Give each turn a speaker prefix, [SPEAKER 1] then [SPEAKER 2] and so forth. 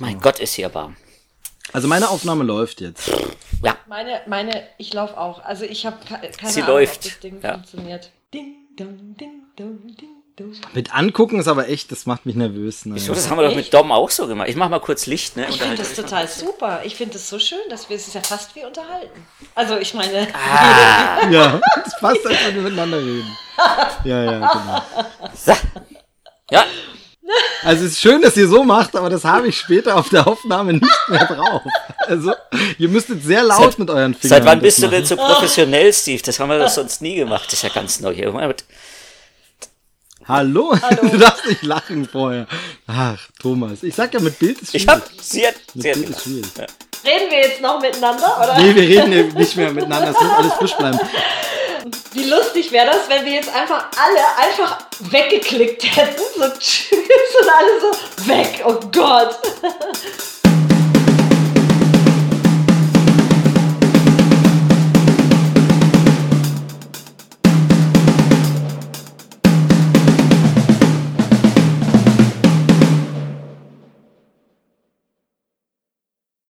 [SPEAKER 1] Mein Gott, ist hier warm.
[SPEAKER 2] Also meine Aufnahme läuft jetzt.
[SPEAKER 1] Ja,
[SPEAKER 3] Meine, meine, ich laufe auch. Also ich habe keine
[SPEAKER 1] Sie
[SPEAKER 3] Ahnung,
[SPEAKER 1] läuft.
[SPEAKER 3] ob das Ding
[SPEAKER 1] Ja.
[SPEAKER 3] funktioniert. Ding, dong, ding, dong, ding, dong.
[SPEAKER 2] Mit angucken ist aber echt, das macht mich nervös. Ne?
[SPEAKER 1] so, das haben wir doch mit Dom auch so gemacht. Ich mach mal kurz Licht, ne?
[SPEAKER 3] Ich finde das total super. Ich finde das so schön, dass wir es ist ja fast wie unterhalten. Also ich meine,
[SPEAKER 1] Ah.
[SPEAKER 2] Ja, das passt, als wenn wir miteinander reden. Ja, ja, genau.
[SPEAKER 1] Ja,
[SPEAKER 2] Also es ist schön, dass ihr so macht, aber das habe ich später auf der Aufnahme nicht mehr drauf. Also ihr müsstet sehr laut
[SPEAKER 1] Seit-
[SPEAKER 2] mit euren Fingern.
[SPEAKER 1] seit wann
[SPEAKER 2] das
[SPEAKER 1] bist du
[SPEAKER 2] machen.
[SPEAKER 1] denn so professionell, Steve? Das haben wir doch sonst nie gemacht. Das ist ja ganz neu. Irgendwann wird-
[SPEAKER 2] Hallo? du darfst nicht lachen vorher. Ach, Thomas. Ich sag ja, mit Bild ist
[SPEAKER 1] Ich
[SPEAKER 2] schwierig.
[SPEAKER 1] hab, sie hat,
[SPEAKER 2] Mit
[SPEAKER 1] sie hat
[SPEAKER 2] Bild
[SPEAKER 1] gelacht.
[SPEAKER 2] ist schwierig.
[SPEAKER 3] reden wir jetzt noch miteinander? Oder
[SPEAKER 2] Nee, wir reden hier nicht mehr miteinander. Es muss alles frisch bleiben.
[SPEAKER 3] wie lustig wäre das, wenn wir jetzt einfach alle einfach weggeklickt hätten? So tschüss und alle so weg. Oh Gott.